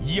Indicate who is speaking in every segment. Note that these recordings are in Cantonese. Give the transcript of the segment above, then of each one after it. Speaker 1: 以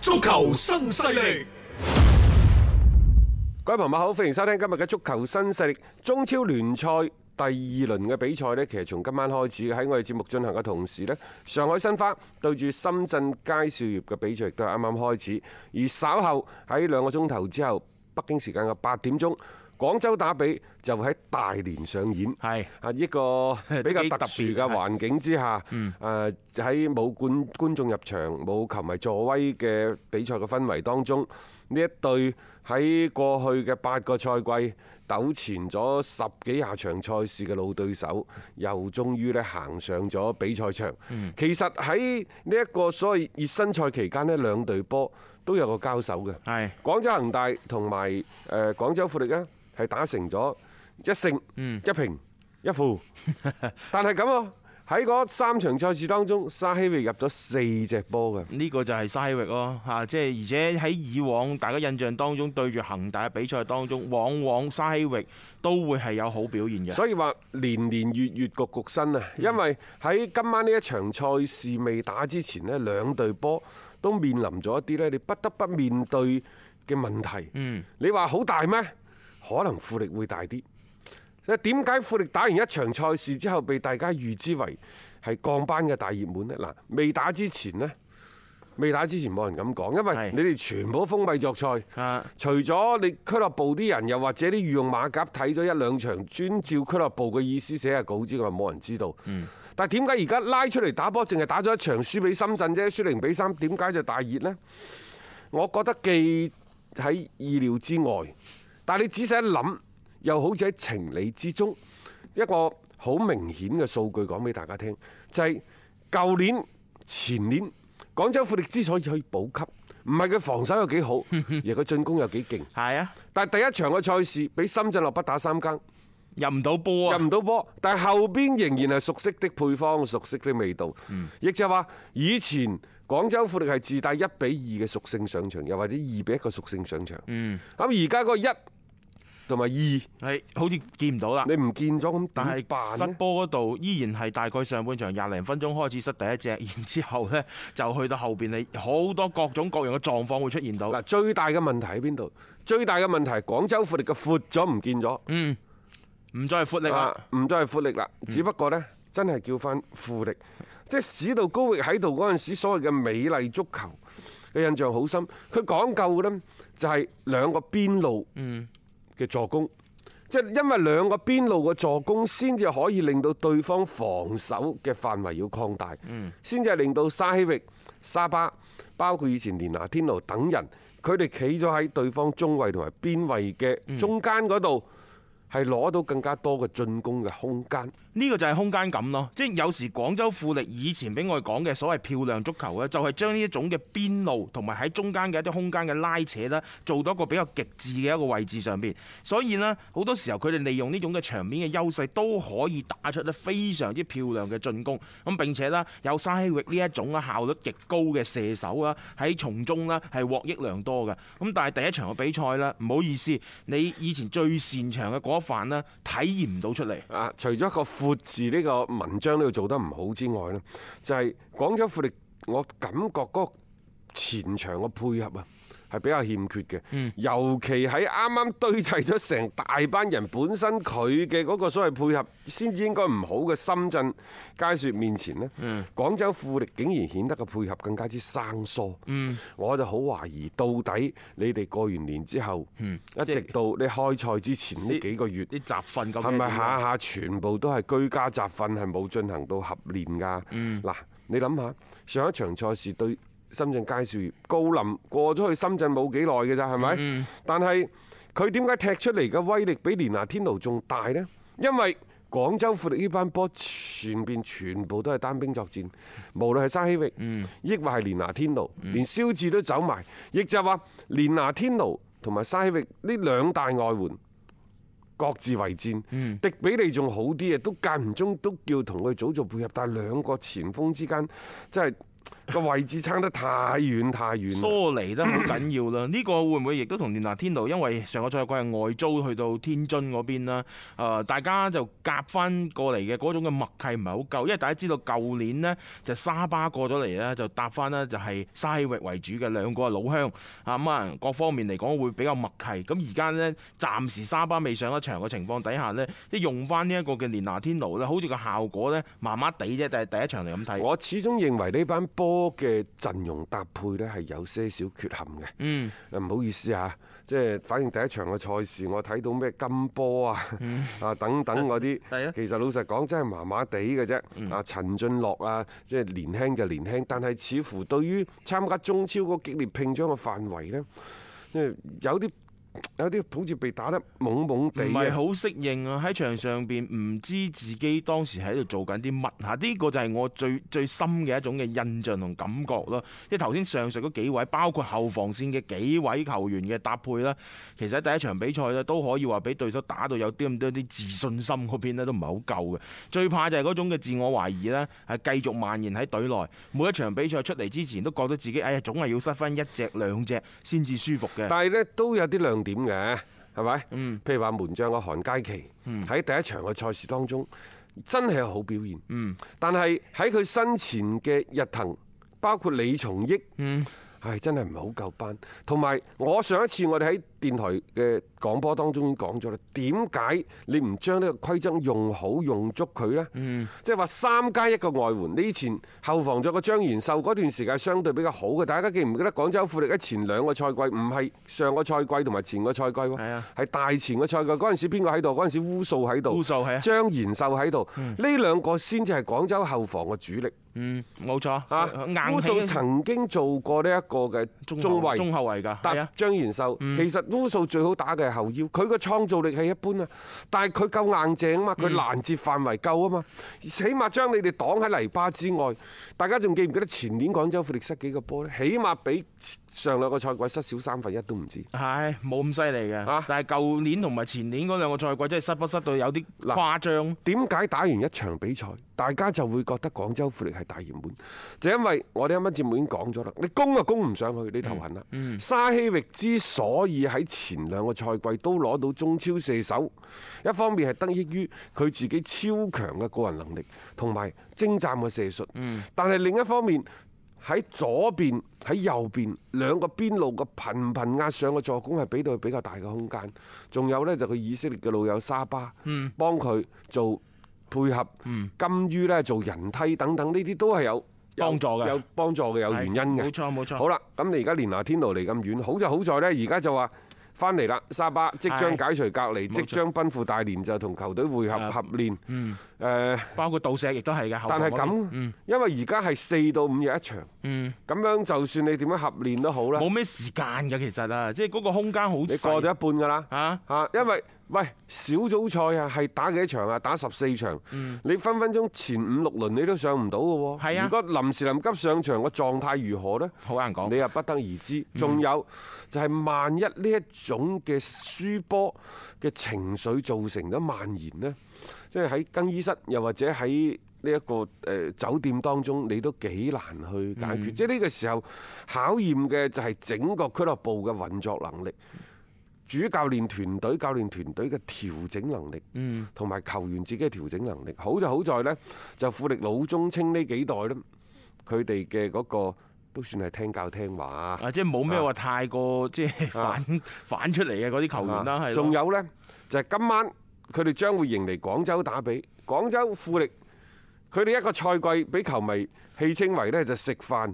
Speaker 1: 足球新勢力，
Speaker 2: 各位朋友好，歡迎收聽今日嘅足球新勢力。中超聯賽第二輪嘅比賽呢，其實從今晚開始嘅。喺我哋節目進行嘅同時呢，上海申花對住深圳佳兆業嘅比賽亦都係啱啱開始。而稍後喺兩個鐘頭之後，北京時間嘅八點鐘，廣州打比就會喺大連上演。
Speaker 3: 係
Speaker 2: 啊，一 個比較特殊嘅環境之下，誒喺冇觀觀眾入場、冇球迷助威嘅比賽嘅氛圍當中，呢一隊喺過去嘅八個賽季糾纏咗十幾廿場賽事嘅老對手，又終於咧行上咗比賽場。其實喺呢一個所謂熱身賽期間呢，兩隊波都有個交手嘅。
Speaker 3: 係
Speaker 2: 廣州恒大同埋誒廣州富力呢，係打成咗一勝、一平、一負。但係咁喎，喺嗰三場賽事當中，沙希域入咗四隻波嘅。
Speaker 3: 呢個就係西域咯嚇，即係而且喺以往大家印象當中對住恒大嘅比賽當中，往往西域都會係有好表現嘅。
Speaker 2: 所以話年年月月局局新啊，因為喺今晚呢一場賽事未打之前呢，兩隊波都面臨咗一啲呢，你不得不面對嘅問題。嗯，你話好大咩？可能富力會大啲。即係點解富力打完一場賽事之後，被大家預知為係降班嘅大熱門呢？嗱，未打之前呢，未打之前冇人咁講，因為
Speaker 3: 係
Speaker 2: 你哋全部都封閉作賽。
Speaker 3: 啊，
Speaker 2: 除咗你俱樂部啲人，又或者啲御用馬甲睇咗一兩場，專照俱樂部嘅意思寫下稿之外，冇人知道。但係點解而家拉出嚟打波，淨係打咗一場輸俾深圳啫，輸零比三，點解就大熱呢？我覺得既喺意料之外，但係你仔細一諗，又好似喺情理之中。一個好明顯嘅數據講俾大家聽，就係、舊年、前年廣州富力之所以可以保級，唔係佢防守有幾好，而係佢進攻有幾勁。
Speaker 3: 係啊，
Speaker 2: 但係第一場嘅賽事俾深圳落筆打三更，
Speaker 3: 入唔到波
Speaker 2: 入
Speaker 3: 啊，
Speaker 2: 唔到波，但係後邊仍然係熟悉的配方、熟悉的味道。亦就係話以前廣州富力係自帶一比二嘅屬性上場，又或者二比一嘅屬性上場。
Speaker 3: 嗯
Speaker 2: 咁而家個一同埋二你
Speaker 3: 係好似見唔到啦。
Speaker 2: 唔見咗咁，
Speaker 3: 啊但
Speaker 2: 點
Speaker 3: 係
Speaker 2: 辦啊
Speaker 3: 失
Speaker 2: 呢？
Speaker 3: 波嗰度依然係大概上半場廿零分鐘開始失第一隻， 然之後呢就去到後邊你好多各種各樣嘅狀況會出現到。
Speaker 2: 嗱，最大嘅問題喺邊度？最大嘅問題係廣州富力嘅闊咗唔見咗，
Speaker 3: 嗯，唔再係闊力啦。
Speaker 2: 啊，唔再係闊力啦。只不過呢，真係叫翻富力，即係史道高域喺度嗰陣時，所謂嘅美麗足球嘅印象好深。佢講究嘅呢，就係兩個邊路嘅助攻。即係因為兩個邊路嘅助攻，先至可以令到對方防守嘅範圍要擴大，先至係令到沙希域、沙巴，包括以前連拿天奴等人，佢哋企咗喺對方中衞同埋邊衞嘅中間嗰度，係攞到更加多嘅進攻嘅空間。
Speaker 3: 呢個就係空間感咯，即係有時廣州富力以前俾我哋講嘅所謂漂亮足球啊咧，就係將呢一種嘅邊路同埋喺中間嘅一啲空間嘅拉扯咧，做到一個比較極致嘅一個位置上邊。所以呢，好多時候佢哋利用呢種嘅場面嘅優勢，都可以打出咧非常之漂亮嘅進攻。咁並且呢，有沙希域呢一種啊效率極高嘅射手啦，喺從中呢係獲益良多嘅。咁但係第一場嘅比賽呢，唔好意思，你以前最擅長嘅嗰一範呢，體驗唔到出嚟。
Speaker 2: 啊，除咗一個闊字呢個文章呢度做得唔好之外呢就係廣州富力，我感覺嗰個前場嘅配合啊，係比較欠缺嘅。尤其喺啱啱堆砌咗成大班人，本身佢嘅嗰個所謂配合先至應該唔好嘅深圳佳雪面前呢，廣州富力竟然顯得個配合更加之生疏。我就好懷疑，到底你哋過完年之後，一直到你開賽之前呢幾個月。
Speaker 3: 啲集訓咁
Speaker 2: 係咪下下全部都係居家集訓，係冇進行到合練㗎？嗱、你諗下上一場賽事對深圳佳兆業，高林過咗去深圳冇幾耐嘅咋，係咪？但係佢點解踢出嚟嘅威力比連拿天奴仲大呢？因為廣州富力呢班波前邊全部都係單兵作戰，無論係沙希域，抑或係連拿天奴，連肖智都走埋，亦就係話連拿天奴同埋沙希域呢兩大外援。各自為戰。迪比利仲好啲嘅，都間唔中都叫同佢組做配合，但係兩個前鋒之間真係個位置撐得太遠太遠啦。
Speaker 3: 疏離得好緊要 啦。呢個會唔會亦都同連拿天奴？因為上個賽季係外租去到天津嗰邊啦，誒大家就夾翻過嚟嘅嗰種嘅默契唔係好夠，因為大家知道舊年呢，就沙巴過咗嚟呢，就搭翻呢，就係沙希域為主嘅兩個係老鄉啊咁啊，各方面嚟講會比較默契。咁而家呢，暫時沙巴未上一場嘅情況底下呢，即係用翻呢一個嘅連拿天奴呢，好似個效果呢，麻麻地啫，但係第一場嚟咁睇。
Speaker 2: 我始終認為呢班波嘅陣容搭配呢係有些少缺陷嘅。
Speaker 3: 嗯，
Speaker 2: 唔好意思嚇，即係反正第一場嘅賽事，我睇到咩金波啊、 啊等等嗰
Speaker 3: 嗯 係啊嗯
Speaker 2: 啲，其實老實講真係麻麻地嘅啫。啊，陳俊樂啊，即係年輕就年輕，但係似乎對於參加中超嗰激烈拼張嘅範圍呢，即係有啲有啲好似被打得懵懵地
Speaker 3: 唔
Speaker 2: 啊
Speaker 3: 係好適應啊！喺場上邊唔知自己當時喺度做緊啲乜嚇，呢個就係我最最深嘅一種嘅印象同感覺咯。即係頭先上述嗰幾位，包括後防線嘅幾位球員嘅搭配啦，其實喺第一場比賽咧都可以話俾對手打到有啲咁多啲自信心嗰邊咧都唔係好夠嘅。最怕就係嗰種嘅自我懷疑咧，係繼續蔓延喺隊內。每一場比賽出嚟之前都覺得自己哎呀總係要失分一隻兩隻先至舒服嘅。
Speaker 2: 但係咧都有啲亮點嘅，係咪？譬如話門將嘅韓佳琪喺第一場嘅賽事當中真係有好表現，但係喺佢身前嘅日騰，包括李松益，
Speaker 3: 嗯
Speaker 2: 唉，真係唔係好夠班。同埋我上一次我哋喺電台嘅廣播當中已經講咗啦，點解你唔將呢個規則用好用足佢呢？
Speaker 3: 嗯
Speaker 2: 即係話三加一個外援，你以前後防咗個張延秀嗰段時間相對比較好嘅，大家記唔記得廣州富力喺前兩個賽季唔係上個賽季同埋前個賽季喎
Speaker 3: 係啊，
Speaker 2: 係大前個賽季嗰陣時邊個喺度？嗰陣時烏素喺度，
Speaker 3: 烏素係啊
Speaker 2: 張延秀喺度，呢兩個先至係廣州後防嘅主力
Speaker 3: 嗯，冇錯
Speaker 2: 嚇。
Speaker 3: 硬
Speaker 2: 啊烏
Speaker 3: 氣
Speaker 2: 素曾經做過呢一個嘅
Speaker 3: 中
Speaker 2: 中
Speaker 3: 衞
Speaker 2: 衞
Speaker 3: 中。後衞㗎，係
Speaker 2: 搭
Speaker 3: 啊，
Speaker 2: 張延秀，其實烏素最好打嘅係後腰，佢個創造力係一般啊，但係佢夠硬淨啊嘛，
Speaker 3: 嗯
Speaker 2: 佢攔截範圍夠啊嘛，起碼將你哋擋喺泥巴之外。大家仲記唔記得前年廣州富力失幾個波咧？起碼比上兩個賽季失少三分一都唔止。
Speaker 3: 係冇咁犀利嘅
Speaker 2: 啊。
Speaker 3: 但係舊年同埋前年嗰兩個賽季，真係失不失到有啲
Speaker 2: 嗱
Speaker 3: 誇張。
Speaker 2: 點解打完一場比賽，大家就會覺得廣州富力係大熱門？就因為我哋啱啱節目已經講咗啦，你攻就攻唔上去，你頭痕啦。沙希域之所以喺前兩個賽季都攞到中超射手，一方面係得益於佢自己超強嘅個人能力同埋精湛嘅射術，
Speaker 3: 嗯
Speaker 2: 但係另一方面。喺左邊喺右邊兩個邊路嘅頻頻壓上嘅助攻係俾到佢比較大嘅空間，仲有呢，就佢以色列嘅老友沙巴
Speaker 3: 嗯
Speaker 2: 幫佢做配合，甘於呢做人梯等等呢啲都係有有
Speaker 3: 幫助嘅
Speaker 2: 有幫助嘅有原因嘅。
Speaker 3: 係冇錯冇錯
Speaker 2: 好啦，咁你而家連拿天奴嚟咁遠，好就好在呢，而家就話。翻嚟啦！沙巴即將解除隔離，
Speaker 3: 冇錯
Speaker 2: 即將奔赴大連就同球隊會合合練。誒、
Speaker 3: 包括杜石亦都係嘅，後
Speaker 2: 但
Speaker 3: 防
Speaker 2: 係
Speaker 3: 嗰邊
Speaker 2: 咁，因為而家係四到五日一場，咁、樣就算你點樣合練都好啦，
Speaker 3: 冇咩時間嘅其實啊，即係嗰個空間好
Speaker 2: 你過咗一
Speaker 3: 細
Speaker 2: 半㗎啦。
Speaker 3: 啊。
Speaker 2: 啊，因為喂小組賽啊，係打幾多場啊？打十四場，你分分鐘前五六輪你都上唔到嘅喎。
Speaker 3: 係啊
Speaker 2: 如果臨時臨急上場，個狀態如何呢？
Speaker 3: 好難講
Speaker 2: 你又不得而知。仲有就係萬一呢一種嘅輸波嘅情緒造成咗蔓延呢，即係喺更衣室又或者喺呢一個誒酒店當中，你都幾難去解決。即係呢個時候考驗嘅就係整個俱樂部嘅運作能力。主教練團隊、教練團隊嘅調整能力，
Speaker 3: 嗯
Speaker 2: 同埋球員自己嘅調整能力，好就好在呢，就富力老中青呢幾代呢，佢哋嘅嗰個都算係聽教聽話。
Speaker 3: 啊，即係冇咩話太過即係反 反出嚟嘅嗰啲球員啦，係咯
Speaker 2: 啊仲有呢，就係、今晚佢哋將會迎嚟廣州打比。廣州富力，佢哋一個賽季俾球迷戲稱為呢，就食飯、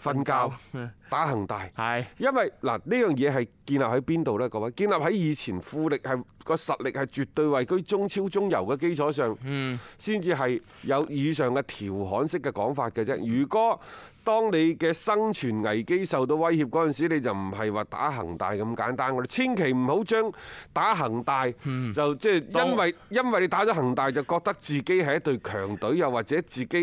Speaker 2: 瞓覺、打恒大。
Speaker 3: 係
Speaker 2: 因為嗱呢樣嘢係建立喺邊度呢？各位，建立喺以前富力係個實力係絕對位居中超中游嘅基礎上，先至係有以上嘅調侃式嘅講法嘅啫。如果當你嘅生存危機受到威脅嗰陣時，你就唔係話打恒大咁簡單㗎啦。千祈唔好將打恒大就即係因為因為你打咗恒大就覺得自己係一隊強隊，又或者自己可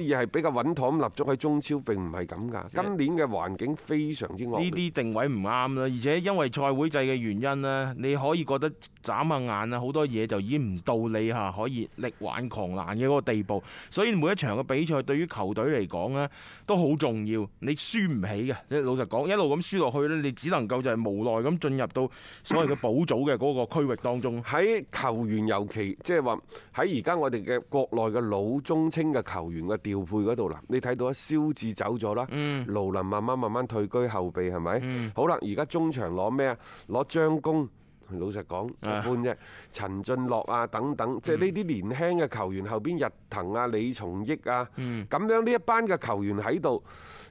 Speaker 2: 以係比較穩妥咁立足喺中超，並唔係咁㗎。今年嘅環境非常之惡
Speaker 3: 呢
Speaker 2: 劣。
Speaker 3: 啲定位唔啱啦，而且因為賽會制嘅原因呢，你可以覺得眨下眼啊，好多嘢就已經唔到你嚇可以力挽狂瀾嘅嗰個地步，所以每一場嘅比賽對於球隊嚟講呢，都好重要，你輸唔起嘅。即係老實講，一路咁輸落去呢，你只能夠就係無奈咁進入到所謂嘅保組嘅嗰個區域當中。
Speaker 2: 喺球員尤其即係話喺而家我哋嘅國內嘅老中青嘅球員嘅調配嗰度啦，你睇到啊，肖智走咗啦，盧林慢慢慢慢退居後備係咪？好啦，而家中場攞咩啊？攞張公。老實講，一般啫。陳俊樂啊，等等，即係呢啲年輕嘅球員後邊日騰啊、李松益啊，咁樣呢一班嘅球員喺度，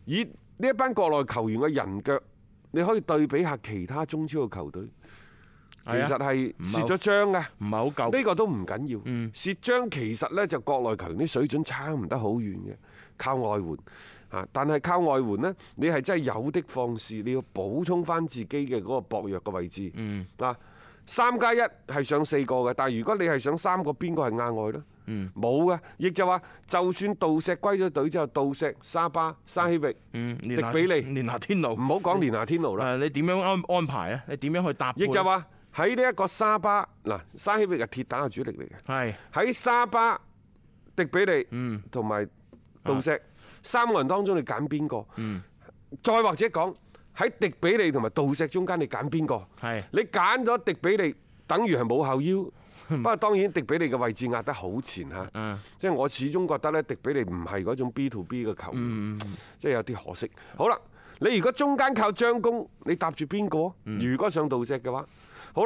Speaker 2: 以呢一班國內球員嘅人腳，你可以對比下其他中超嘅球隊，其
Speaker 3: 係啊
Speaker 2: 實係蝕
Speaker 3: 好
Speaker 2: 咗張嘅。
Speaker 3: 唔係好嗯夠。
Speaker 2: 呢個都唔緊要。涉張其實呢，就國內球員啲水準差唔得好遠嘅，靠外援啊！但係靠外援呢，你係真係有的放矢，你要補充翻自己嘅嗰個薄弱嘅位置。
Speaker 3: 嗯
Speaker 2: 啊，三加一係上四個嘅，但係如果你係上三個，邊個係亞外呢？
Speaker 3: 嗯
Speaker 2: 冇嘅，亦就話，就算杜石歸咗隊之後，杜石、沙巴、沙希域，
Speaker 3: 嗯，
Speaker 2: 迪比利
Speaker 3: 連拿天奴
Speaker 2: 唔，好講連拿天奴啦。
Speaker 3: 誒，你點樣安安排啊？你點樣去搭配？
Speaker 2: 亦就話喺呢一個沙巴嗱，沙希域係鐵打嘅主力嚟嘅。
Speaker 3: 係
Speaker 2: 喺沙巴、迪比利同埋杜石三個人當中，你揀邊個？再或者講喺迪比利同埋杜石中間，你揀邊個？
Speaker 3: 係
Speaker 2: 你揀咗迪比利，等於係冇後腰。
Speaker 3: 嗯
Speaker 2: 不過當然迪比利嘅位置壓得好前嚇，即係我始終覺得咧，迪比利唔係嗰種 B to B 嘅球
Speaker 3: 嗯
Speaker 2: 員，即係有啲可惜。好啦，你如果中間靠張公，你搭住邊個？
Speaker 3: 嗯
Speaker 2: 如果上杜石嘅話，好。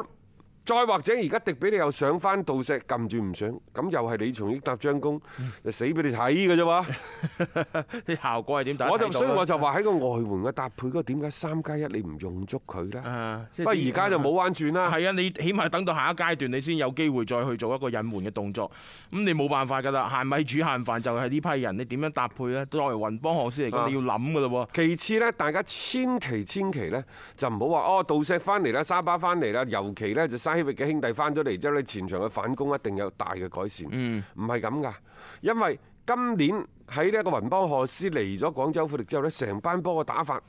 Speaker 2: 再或者而家迪比利又上翻杜石撳住唔上，咁又係李松益搭張公，
Speaker 3: 嗯
Speaker 2: 就死俾你睇嘅啫 喎。
Speaker 3: 啲效果係點？大家
Speaker 2: 我就
Speaker 3: 睇到啊
Speaker 2: 所以
Speaker 3: 啦
Speaker 2: 我就話喺個外援嘅搭配嗰度，點解三加一你唔用足佢呢？
Speaker 3: 啊，即
Speaker 2: 不
Speaker 3: 係
Speaker 2: 過
Speaker 3: 啲
Speaker 2: 而家就冇彎轉啦。
Speaker 3: 係啊，你起碼等到下一階段，你先有機會再去做一個隱瞞嘅動作。咁你冇辦法㗎啦，限米煮限飯就係呢批人，你點樣搭配呢？作為雲邦學師嚟
Speaker 2: 啊
Speaker 3: 講，你要諗㗎咯
Speaker 2: 其次呢，大家千祈千祈呢，就唔好話哦，杜石翻嚟啦，沙巴翻嚟啦，尤其呢，就沙希域嘅兄弟翻咗嚟之後呢，前場嘅反攻一定有大嘅改善。
Speaker 3: 嗯
Speaker 2: 唔係咁噶，因為今年喺呢一個雲邦賀斯嚟咗廣州富力之後呢，成班波嘅打法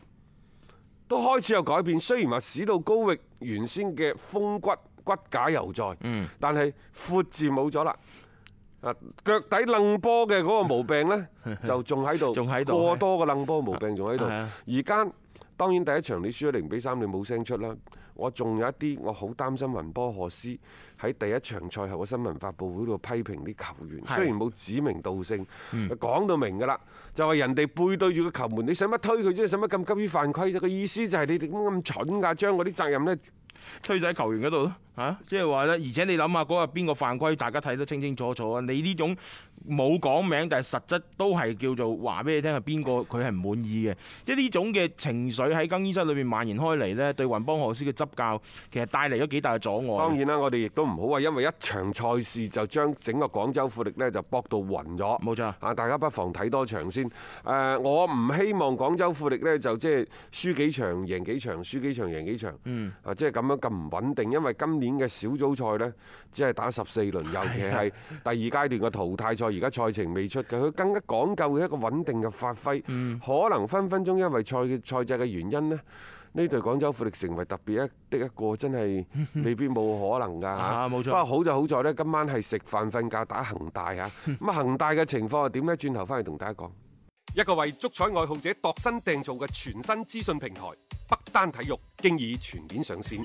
Speaker 2: 都開始有改變。雖然話史到高域原先嘅風骨骨架猶在，
Speaker 3: 嗯
Speaker 2: 但係闊字冇咗啦。啊，腳底楞波嘅嗰個毛病呢， 就仲喺度，
Speaker 3: 仲喺度
Speaker 2: 過多個楞波毛病仲喺度。
Speaker 3: 係啊
Speaker 2: 而家當然第一場你輸咗零比三，你冇聲出啦。我仲有一啲我好擔心雲波何斯喺第一場賽後嘅新聞發佈會度批評啲球員，
Speaker 3: 係嗯
Speaker 2: 雖然冇指名道姓，講到明㗎啦，就話人哋背對住個球門，你使乜推佢啫？使乜咁急於犯規啫？個意思就係你哋咁咁蠢㗎，將嗰啲責任呢
Speaker 3: 喎，推仔球員嗰度咯嚇，即係話呢。而且你諗下嗰日邊個犯規，大家睇得清清楚楚啊！你呢種冇講名，但係實質都係叫做話俾你聽係邊個，佢係唔滿意嘅。即係呢種嘅情緒喺更衣室裏面蔓延開嚟呢，對雲邦學師嘅執教其實帶嚟咗幾大嘅阻礙。
Speaker 2: 當然啦，我哋亦都唔好話，因為一場賽事就將整個廣州富力呢就搏到暈咗。
Speaker 3: 冇錯
Speaker 2: 啊，大家不妨睇多場先。誒、呃我唔希望廣州富力呢就即係輸幾場贏幾場，輸幾場贏幾場。嗯。啊，即係咁樣咁唔穩定，因為今年嘅小組賽呢，只係打十四輪，尤其係啊第二階段嘅淘汰賽，而家賽程未出嘅，佢更加講究一個穩定嘅發揮。可能分分鐘因為賽賽制嘅原因呢。呢隊廣州富力成為特別一的一個，真 係未必冇可能㗎嚇
Speaker 3: 啊冇錯
Speaker 2: 不過好就好在呢，今晚係食飯瞓覺打恒大 嚇。咁啊，恒大嘅情況係點呢？轉頭翻去同大家講。一個為足彩愛好者度身訂造嘅全新資訊平台北單體育，經已全面上線。